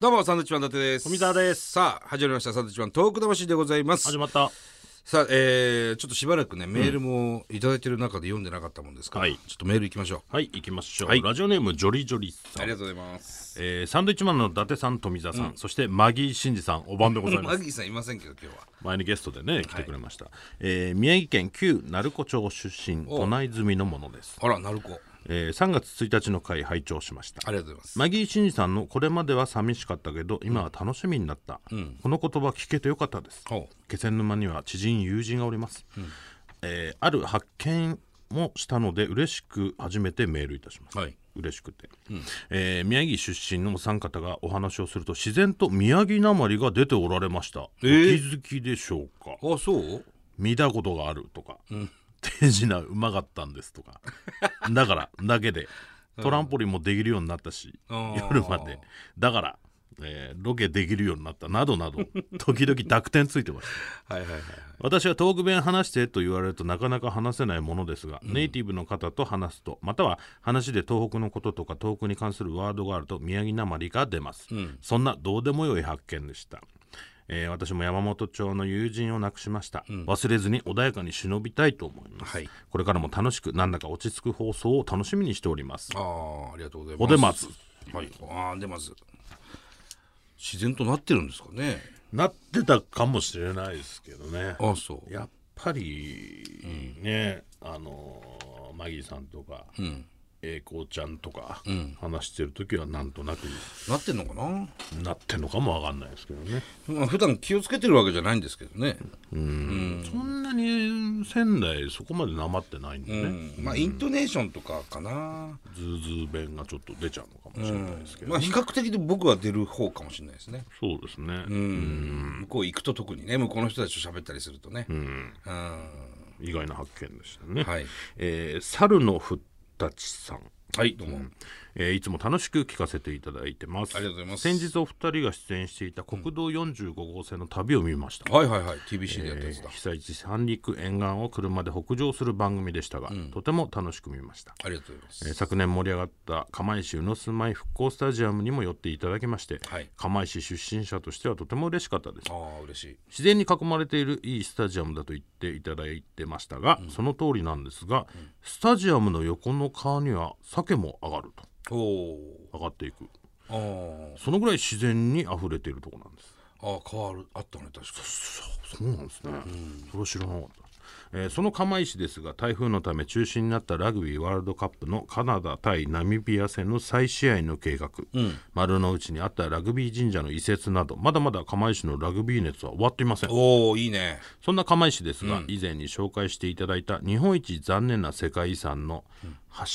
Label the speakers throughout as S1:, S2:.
S1: どうもサンドウィッチマン伊達です
S2: 富澤です
S1: さあ始まりましたサンドウィッチマントーク魂でございます
S2: 始まった
S1: さあえー、ちょっとしばらくねメールもいただいてる中で読んでなかったもんですから、
S2: はい
S1: ちょっとメールいきましょう
S2: はい行きましょう、
S1: はい
S2: ラジオネームジョリジョリさ
S1: あ
S2: ん
S1: りがとうございます
S2: えーサンドイッチマンの伊達さん富澤さん、そしてマギー真司さんお晩でございま
S1: マ
S2: す
S1: ギーさんいませんけど今日は
S2: 前にゲストでね来てくれました、えー宮城県旧鳴子町出身
S1: お
S2: 都内済みのものです、
S1: あらなるこ
S2: えー3月1日の回拝聴しました
S1: ありがとうございます、
S2: マギー真司さんのこれまでは寂しかったけど今は楽しみになった、この言葉聞けてよかったです
S1: ほう
S2: 気仙沼には知人友人がおります、えーある発見もしたので嬉しく初めてメールいたします、
S1: はい
S2: 嬉しくて、えー宮城出身のお三方がお話をすると自然と宮城なまりが出ておられました、
S1: えー
S2: お気づきでしょうか
S1: あそう
S2: 見たことがあるとか、手品うまかったんです とかだからだけでトランポリンもできるようになったし、
S1: あー
S2: 夜までだから、えーロケできるようになったなどなど時々濁点ついてました
S1: はいはいはいはい
S2: 私はトーク弁話してと言われるとなかなか話せないものですが、ネイティブの方と話すとまたは話で東北のこととか東北に関するワードがあると宮城なまりが出ます、そんなどうでもよい発見でした、えー私も山本町の友人を亡くしました、忘れずに穏やかに忍びたいと思います、
S1: はい
S2: これからも楽しくなんだか落ち着く放送を楽しみにしております
S1: あーありがとうございます
S2: おでます
S1: はいあー出ます自然となってるんですかね
S2: なってたかもしれないですけどね
S1: あそう
S2: やっぱりね、あのーマギーさんとか、栄光ちゃんとか、話してる時はなんとなく
S1: なってんのかな
S2: なってんのかもわかんないですけどね、
S1: まあ普段気をつけてるわけじゃないんですけどね、
S2: そんなに仙台そこまでなまってないんでね、
S1: うんまあイントネーションとかかな、
S2: ズーズー弁がちょっと出ちゃうのかもしれないですけど、
S1: まあ比較的で僕は出る方かもしれないですね。
S2: そうですね、
S1: うん、向こう行くと特にね向こうの人たちと喋ったりするとね。うん、
S2: 意外な発見でしたね、
S1: はい
S2: えー猿のふったちさん
S1: はいどうも、
S2: えーいつも楽しく聞かせていただいてます
S1: ありがとうございます
S2: 先日お二人が出演していた国道45号線の旅を見ました、
S1: はいはいはい TBC でやったやつだ、
S2: 被災地三陸沿岸を車で北上する番組でしたが、とても楽しく見ました、
S1: ありがとうございます。
S2: えー昨年盛り上がった釜石宇野住まい復興スタジアムにも寄っていただきまして、
S1: はい
S2: 釜石出身者としてはとても嬉しかったです
S1: ああ嬉しい。
S2: 自然に囲まれているいいスタジアムだと言っていただいてましたが、その通りなんですが、スタジアムの横の川には鮭も上がると
S1: おお
S2: 上がっていく
S1: あー
S2: そのぐらい自然に溢れているところなんです
S1: あー変わるあったね確か
S2: そうなんですね、それ知らなかった、えーその釜石ですが台風のため中止になったラグビーワールドカップのカナダ対ナミビア戦の再試合の計画、丸の内にあったラグビー神社の移設などまだまだ釜石のラグビー熱は終わっていません
S1: に。おおいいね。
S2: そんな釜石ですが、以前に紹介していただいた日本一残念な世界遺産の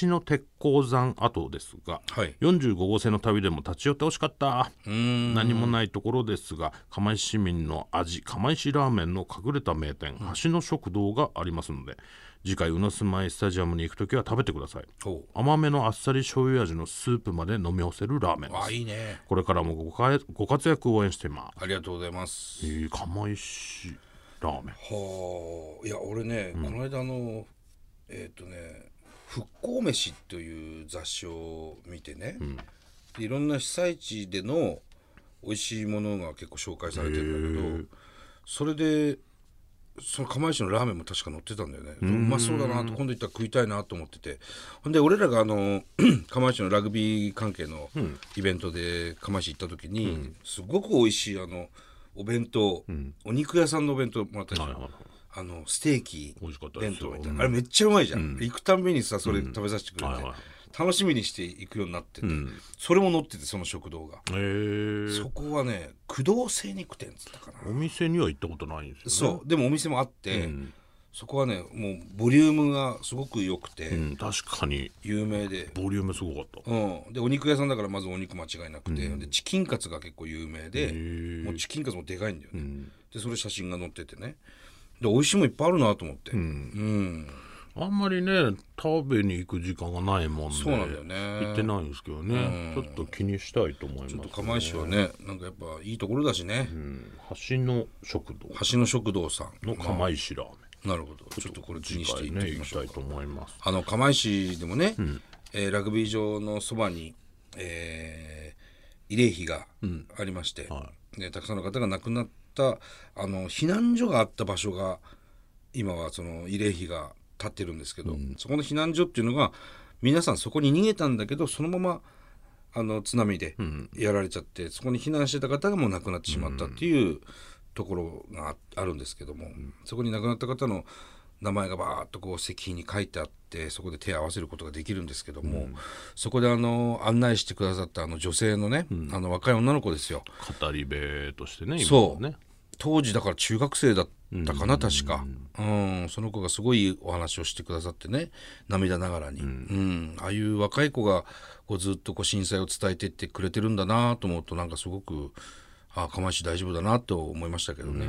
S2: 橋の鉄鉱山跡ですが、
S1: はい
S2: 45号線の旅でも立ち寄ってほしかった何もないところですが釜石市民の味釜石ラーメンの隠れた名店、橋の食堂がありますので次回宇野住まいスタジアムに行くときは食べてください
S1: おお
S2: 甘めのあっさり醤油味のスープまで飲み干せるラーメンです
S1: あいいね。
S2: これからもごかご活躍応援しています、
S1: ありがとうございます。
S2: えー釜石ラーメン
S1: はあいや俺ね、この間あのえっ、とね「復興飯」という雑誌を見てね、でいろんな被災地での美味しいものが結構紹介されてるんだけどそれでその釜石のラーメンも確か載ってたんだよねうまそうだなと今度行ったら食いたいなと思っててほんで俺らがあの 釜石のラグビー関係のイベントで釜石行った時に、すごく美味しいあのお弁当、お肉屋さんのお弁当もらったじゃん
S2: はいはい
S1: あのステーキ
S2: 美味しかったで
S1: 弁
S2: す
S1: 当
S2: よ
S1: みたいなあれめっちゃうまいじゃん、行くたんびにさそれ食べさせてくれて、
S2: はいはい
S1: 楽しみにして行くようになってて、それも載っててその食堂が、
S2: へー
S1: そこはね工藤精肉店っつったかな
S2: お店には行ったことないんですよね
S1: そうでもお店もあって、そこはねもうボリュームがすごく良くて、
S2: うん、確かに
S1: 有名で、
S2: ボリュームすごかった
S1: うん、でお肉屋さんだからまずお肉間違いなくて、でチキンカツが結構有名でもうチキンカツもでかいんだよね、でそれ写真が載っててねで美味しいもんいっぱいあるなと思って、うん
S2: あんまりね食べに行く時間がないもんで
S1: そうなんだよね
S2: 行ってないんですけどね、ちょっと気にしたいと思います、
S1: 釜石はねなんかやっぱいいところだしね、
S2: 橋の食堂
S1: 橋の食堂さん
S2: の釜石ラーメ
S1: なるほどちょっとこれ気
S2: ン
S1: にしてい
S2: 次回
S1: ってみましょ
S2: ね
S1: う
S2: 行きたいと思います
S1: あの釜石でもね、えーラグビー場のそばに、えー慰霊碑がありまして、でたくさんの方が亡くなったあの避難所があった場所が今はその慰霊碑が立ってるんですけど、そこの避難所っていうのが皆さんそこに逃げたんだけどそのままあの津波でやられちゃって、そこに避難してた方がもう亡くなってしまったっていうところがああるんですけども、そこに亡くなった方の名前がバーッとこう石碑に書いてあってそこで手を合わせることができるんですけども、そこであの案内してくださったあの女性のね、あの若い女の子ですよ
S2: 語り部としてね今
S1: そう
S2: ね
S1: 当時だから中学生だったかな確か、うん、その子がすごいお話をしてくださってね涙ながらに、うんああいう若い子がこうずっとこう震災を伝えてってくれてるんだなと思うとなんかすごくああ釜石大丈夫だなと思いましたけどね。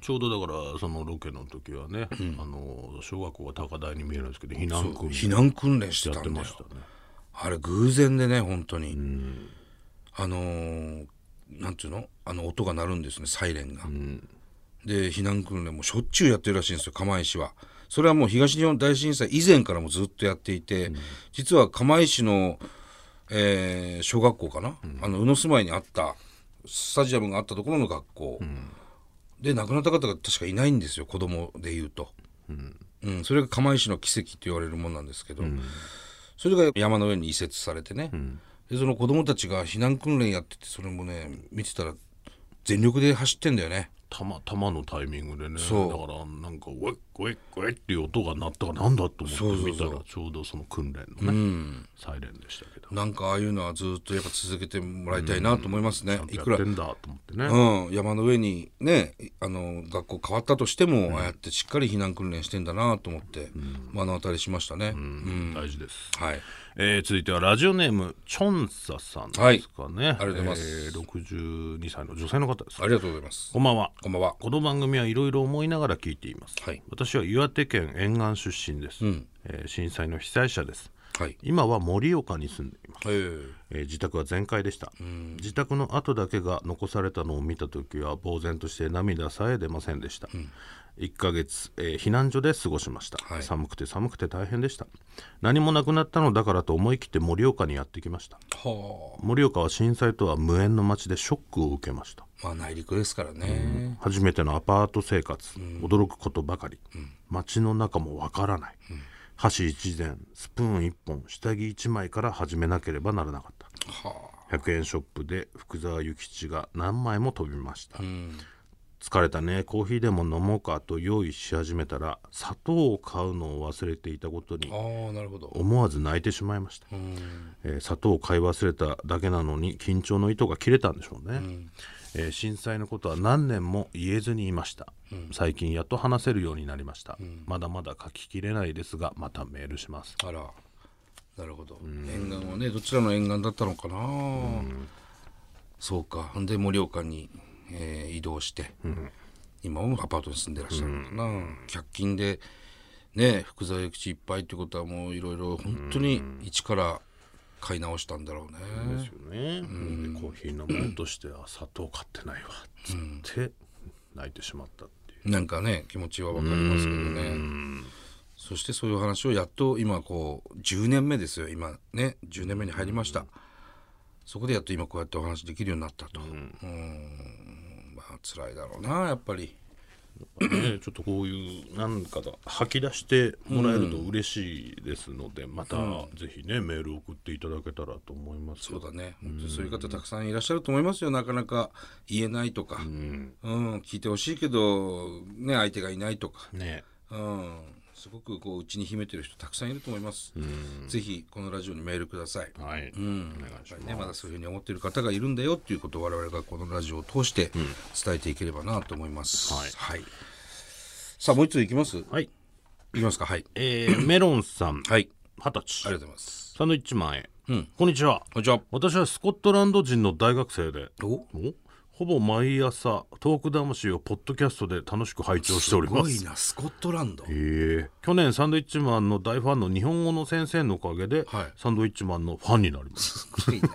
S2: ちょうどだからそのロケの時はね、あの小学校が高台に見えるんですけど避難訓
S1: 避
S2: 練
S1: 難訓練してた
S2: やって
S1: んだ
S2: ま
S1: よ
S2: したね
S1: あれ偶然でね本当に、あのーなんていうのあの音が鳴るんですねサイレンが、で避難訓練もしょっちゅうやってるらしいんですよ釜石はそれはもう東日本大震災以前からもずっとやっていて、実は釜石の、えー小学校かな、あの宇野住まいにあったスタジアムがあったところの学校、で亡くなった方が確かいないんですよ子供でいうと、うんそれが釜石の奇跡と言われるもんなんですけど、それが山の上に移設されてね、でその子供たちが避難訓練やっててそれもね見てたら全力で走ってんだよね
S2: たまたまのタイミングでねだか
S1: そう
S2: らなんか「ウェッウェッウェッ」っていう音が鳴ったからなんだと
S1: そ
S2: 思
S1: うそう
S2: って見た
S1: そう
S2: らちょうどその訓練のねサイレンでしたけど
S1: なんかああいうのはずっとやっぱ続けてもらいたいなと思いますね、いく
S2: やっ
S1: ら
S2: てんだと思ってね
S1: うん、山の上にねあの学校変わったとしても、ああやってしっかり避難訓練してんだなと思って目の当たりしましたね、
S2: 大事です、
S1: はい
S2: えー続いてはラジオネームチョンサさんですかね、
S1: り
S2: あ
S1: がとうございます、
S2: えー62歳の女性の方です
S1: ありがとうございます
S2: こんばんは
S1: こんばんは
S2: この番組はいろいろ思いながら聞いています、
S1: はい
S2: 私は岩手県沿岸出身です、えー震災の被災者です
S1: はい
S2: 今は盛岡に住んでいます、
S1: えー
S2: えー自宅は全壊でした、自宅の跡だけが残されたのを見た時は呆然として涙さえ出ませんでした、1ヶ月、えー避難所で過ごしました、
S1: はい
S2: 寒くて寒くて大変でした何もなくなったのだからと思い切って盛岡にやってきました
S1: は
S2: 盛岡は震災とは無縁の町でショックを受けました
S1: あまあ内陸ですからね、
S2: 初めてのアパート生活、驚くことばかり、街の中もわからない、箸一膳スプーン一本下着一枚から始めなければならなかった
S1: は
S2: 100円ショップで福沢諭吉が何枚も飛びました、
S1: ん
S2: 疲れたねコーヒーでも飲もうかと用意し始めたら砂糖を買うのを忘れていたことに
S1: あああなるほど
S2: 思わず泣いてしまいました、えー砂糖を買い忘れただけなのに緊張の糸が切れたんでしょうね、えー震災のことは何年も言えずにいました、最近やっと話せるようになりました、まだまだ書ききれないですがまたメールします
S1: あら、なるほど。沿岸はね、どちらの沿岸だったのかな。そうか。ほんで盛岡に、えー移動して、今もアパートに住んでらっしゃるのかな。100均でね、福沢諭吉いっぱいってことはもういろいろ本当に一から買い直したんだろうね。
S2: ですよね、でコーヒー飲もうとしてあ砂糖買ってないわっつって、泣いてしまったっていう
S1: なんかね気持ちはわかりますけどねそしてそういう話をやっと今こう10年目ですよ今ね10年目に入りましたそこでやっと今こうやってお話できるようになったとうんまあ辛いだろうなやっぱり
S2: ねちょっとこういうなんかが吐き出してもらえると嬉しいですので、またぜひねメール送っていただけたらと思います
S1: そうだね本当にそういう方たくさんいらっしゃると思いますよなかなか言えないとかうん聞いてほしいけどね相手がいないとか
S2: ね
S1: うんすごくこう内に秘めてる人たくさんいると思いますぜひこのラジオにメールください
S2: はい、お願いし
S1: やっぱ
S2: ま
S1: り
S2: す、
S1: ね、まだそういうふうに思っている方がいるんだよっていうことを我々がこのラジオを通して伝えていければなと思います。
S2: はい
S1: さあもう一ついきます。い
S2: はい
S1: きますか。はい。
S2: えー メロンさん
S1: はい。
S2: 二十
S1: ありが
S2: 歳
S1: とうございます。
S2: サンドイッチマンへ、こんにちは
S1: こんにちは。
S2: 私はスコットランド人の大学生で
S1: お
S2: おほぼ毎朝トーク魂をポッドキャストで楽しく拝聴しております
S1: すごいなスコットランド。
S2: へえ去年サンドイッチマンの大ファンの日本語の先生のおかげで、
S1: はい
S2: サンドイッチマンのファンになりました
S1: すごいな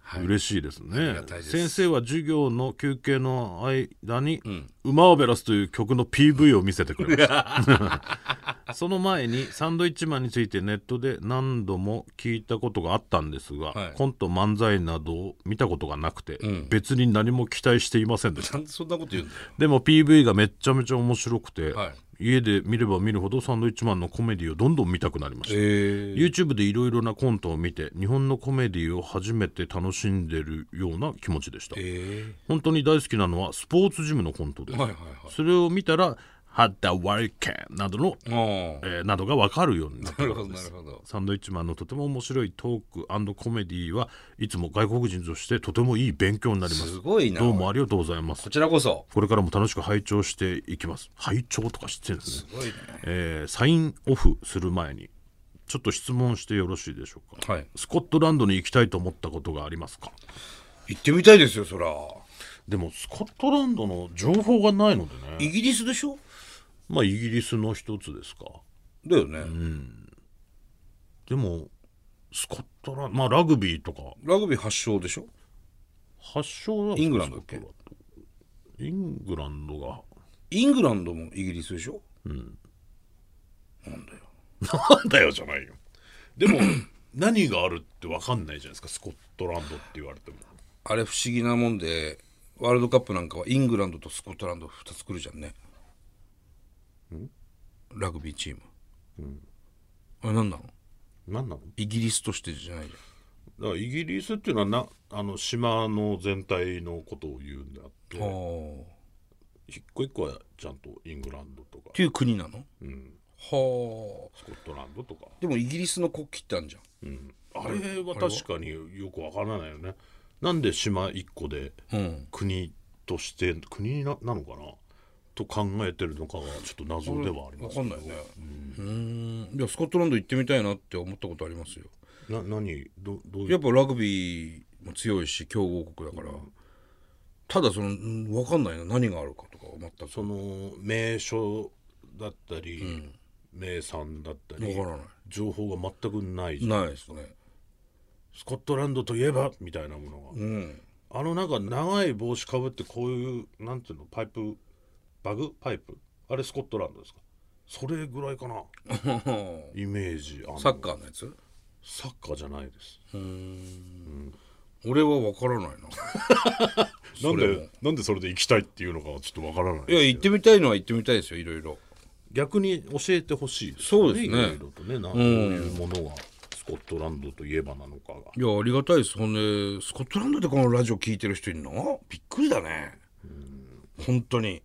S1: はい
S2: 嬉しいですね、
S1: がたいです
S2: 先生は授業の休憩の間に「馬をべらす」という曲の PV を見せてくれました その前にサンドイッチマンについてネットで何度も聞いたことがあったんですが、
S1: はい
S2: コント漫才などを見たことがなくて、別に何も期待していませんでした
S1: なんでそんなこと言うんだよ
S2: でも PV がめちゃめちゃ面白くて、
S1: はい
S2: 家で見れば見るほどサンドイッチマンのコメディをどんどん見たくなりました、
S1: え
S2: YouTube でいろいろなコントを見て日本のコメディを初めて楽しんでるような気持ちでした、
S1: え
S2: 本当に大好きなのはスポーツジムのコントです、
S1: はいはいはい
S2: それを見たら「ハッダワイケン」などの、
S1: ああ
S2: えーなどが分かるようになった
S1: なる
S2: から
S1: ほど
S2: で
S1: な
S2: す
S1: るほど
S2: サンドイッチマンのとても面白いトークコメディはいつも外国人としてとてもいい勉強になります
S1: すごいな
S2: どうもありがとうございます
S1: こちらこそ
S2: これからも楽しく拝聴していきます拝聴とか知ってるんですね
S1: すごいね
S2: えーサインオフする前にちょっと質問してよろしいでしょうか、
S1: はい
S2: スコットランドに行きたいと思ったことがありますか
S1: 行ってみたいですよそら
S2: でもスコットランドの情報がないのでね
S1: イギリスでしょ
S2: まあイギリスの一つですか
S1: だよね、
S2: でもスコットランドまあラグビーとか
S1: ラグビー発祥でしょ
S2: 発祥は
S1: イングランドだっけ
S2: スコットランドイングランド が
S1: イングランドもイギリスでしょ
S2: なんだよじゃないよでも何があるって分かんないじゃないですかスコットランドって言われても
S1: あれ不思議なもんでワールドカップなんかはイングランドとスコットランド2つ来るじゃんねラグビーチーム、あれ何なの
S2: 何なの
S1: イギリスとしてじゃないじ
S2: だからイギリスっていうのはなあの島の全体のことを言うんであって
S1: ゃん、はあ
S2: 一個一個はちゃんとイングランドとか
S1: っていう国なの、はあ
S2: スコットランドとか、
S1: でもイギリスの国旗ってあるじゃん
S2: うんあれは確かによくわからないよねなんで島一個で
S1: うん
S2: 国として国ななのかなと考えてるのかがちょっと謎ではありま
S1: 分
S2: す
S1: かんないねうんいやスコットランド行ってみたいなって思ったことありますよ
S2: な何どどうい
S1: や
S2: う
S1: っぱラグビーも強いし強豪国だから、ただそのうん分かんないな何があるかとかは全く
S2: その名所だったり、名産だったり
S1: 分からない
S2: 情報が全くないじゃん
S1: ないですね
S2: スコットランドといえばみたいなものが、
S1: うん
S2: あのなんか長い帽子かぶってこういうなんていうのパイプバグパイプあれスコットランドですかそれぐらいかなイメージあの
S1: サッカーのやつ
S2: サッカーじゃないです
S1: 俺は分からないな
S2: なん
S1: れも
S2: でなんでそれで行きたいっていうのかはちょっとわからない
S1: いや行ってみたいのは行ってみたいですよいろいろ
S2: 逆に教えてほしいです
S1: そうですね
S2: いろいろとねなこういうものがスコットランドといえばなのかが
S1: いやありがたいですほんでスコットランドでこのラジオ聞いてる人いるのびっくりだね本当に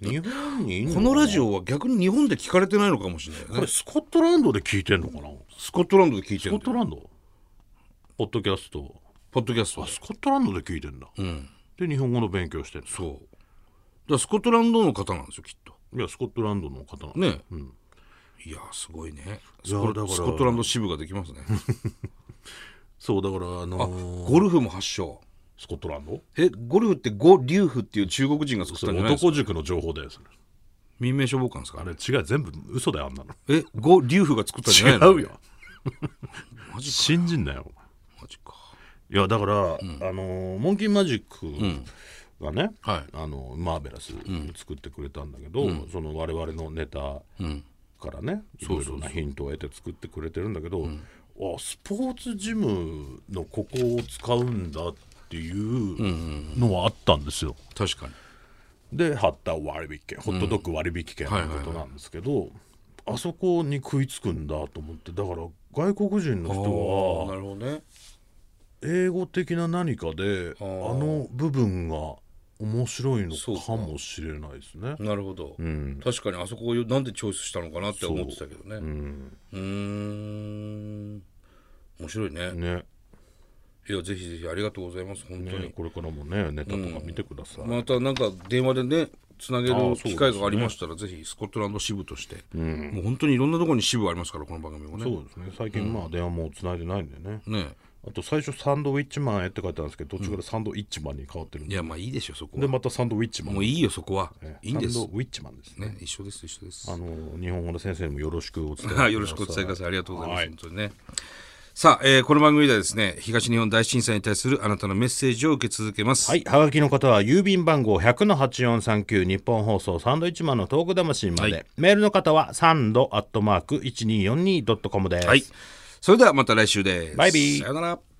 S2: 日本にいん
S1: こ
S2: の
S1: のラジオは逆に日本で聞かれてないのかもしれない
S2: こ
S1: ね
S2: れスコットランドで聞いてんのかな
S1: スコットランドで聞いて
S2: ス
S1: る
S2: コ
S1: ん
S2: ッ
S1: だよ
S2: トランドポッドキャスト
S1: ポッドキャスト
S2: あスコットランドで聞いてんだ、で日本語の勉強してる
S1: そうだからスコットランドの方なんですよきっと
S2: いやスコットランドの方なの
S1: ね、いやすごいねス
S2: や
S1: コ
S2: だから
S1: スコットランド支部ができますね
S2: そうだからあのー
S1: ゴルフも発祥
S2: スコットランド
S1: えゴルフってゴ・リューフっていう中国人が作ったんじゃないですか
S2: 男塾の情報だよそれ
S1: 民命消防官ですか
S2: あれ違う全部嘘だよあんなの
S1: えゴ・リューフが作ったんじゃないの
S2: 違う よ信じんなよ
S1: マジか
S2: いやだから、あのーモンキーマジックがね、
S1: はい
S2: あのーマーベラス作ってくれたんだけど、その我々のネタからね、いろいろなヒントを得て作ってくれてるんだけど、あスポーツジムのここを使うんだっていうのはあったんですよ。
S1: 確かに
S2: でハッター割引券ホットドッグ割引券のことなんですけど、あそこに食いつくんだと思ってだから外国人の人
S1: ああな
S2: は
S1: るほどね
S2: 英語的な何かであの部分が面白いのかもしれないですね。
S1: なるほど、確かにあそこをなんでチョイスしたのかなって思ってたけどねうんん面白いね
S2: ね
S1: いやぜひぜひありがとうございます本当に、
S2: ねこれからもねネタとか見てください。
S1: またなんか電話でねつなげ
S2: あーそう
S1: る
S2: ですね
S1: 機会がありましたら、ぜひスコットランド支部として、もう本当にいろんなところに支部ありますからこの番組もね
S2: そうですね最近まあ電話もつないでないんでね、
S1: ね
S2: あと最初サンドウィッチマンへって書いてあるんですけど途中からサンドウィッチマンに変わってるん
S1: い
S2: で,、
S1: やまあいいでしょそこ
S2: で
S1: は
S2: またサンドウィッチマン
S1: もういいよそこは、いいんです
S2: サンドウィッチマンですね
S1: ね一緒です一緒です
S2: あの日本語の先生にもよろしくお伝えくださ
S1: はい、よろしくお伝えください。ありがとうございます。
S2: はい
S1: 本当にね。さあ、えーこの番組ではですね東日本大震災に対するあなたのメッセージを受け続けます、
S2: はい、はがきの方は郵便番号100-8439日本放送サンドイッチマンのトーク魂まで、
S1: はい
S2: メールの方はサンドアットマーク 1242.com です、
S1: はい、それではまた来週です
S2: バイビー
S1: さよなら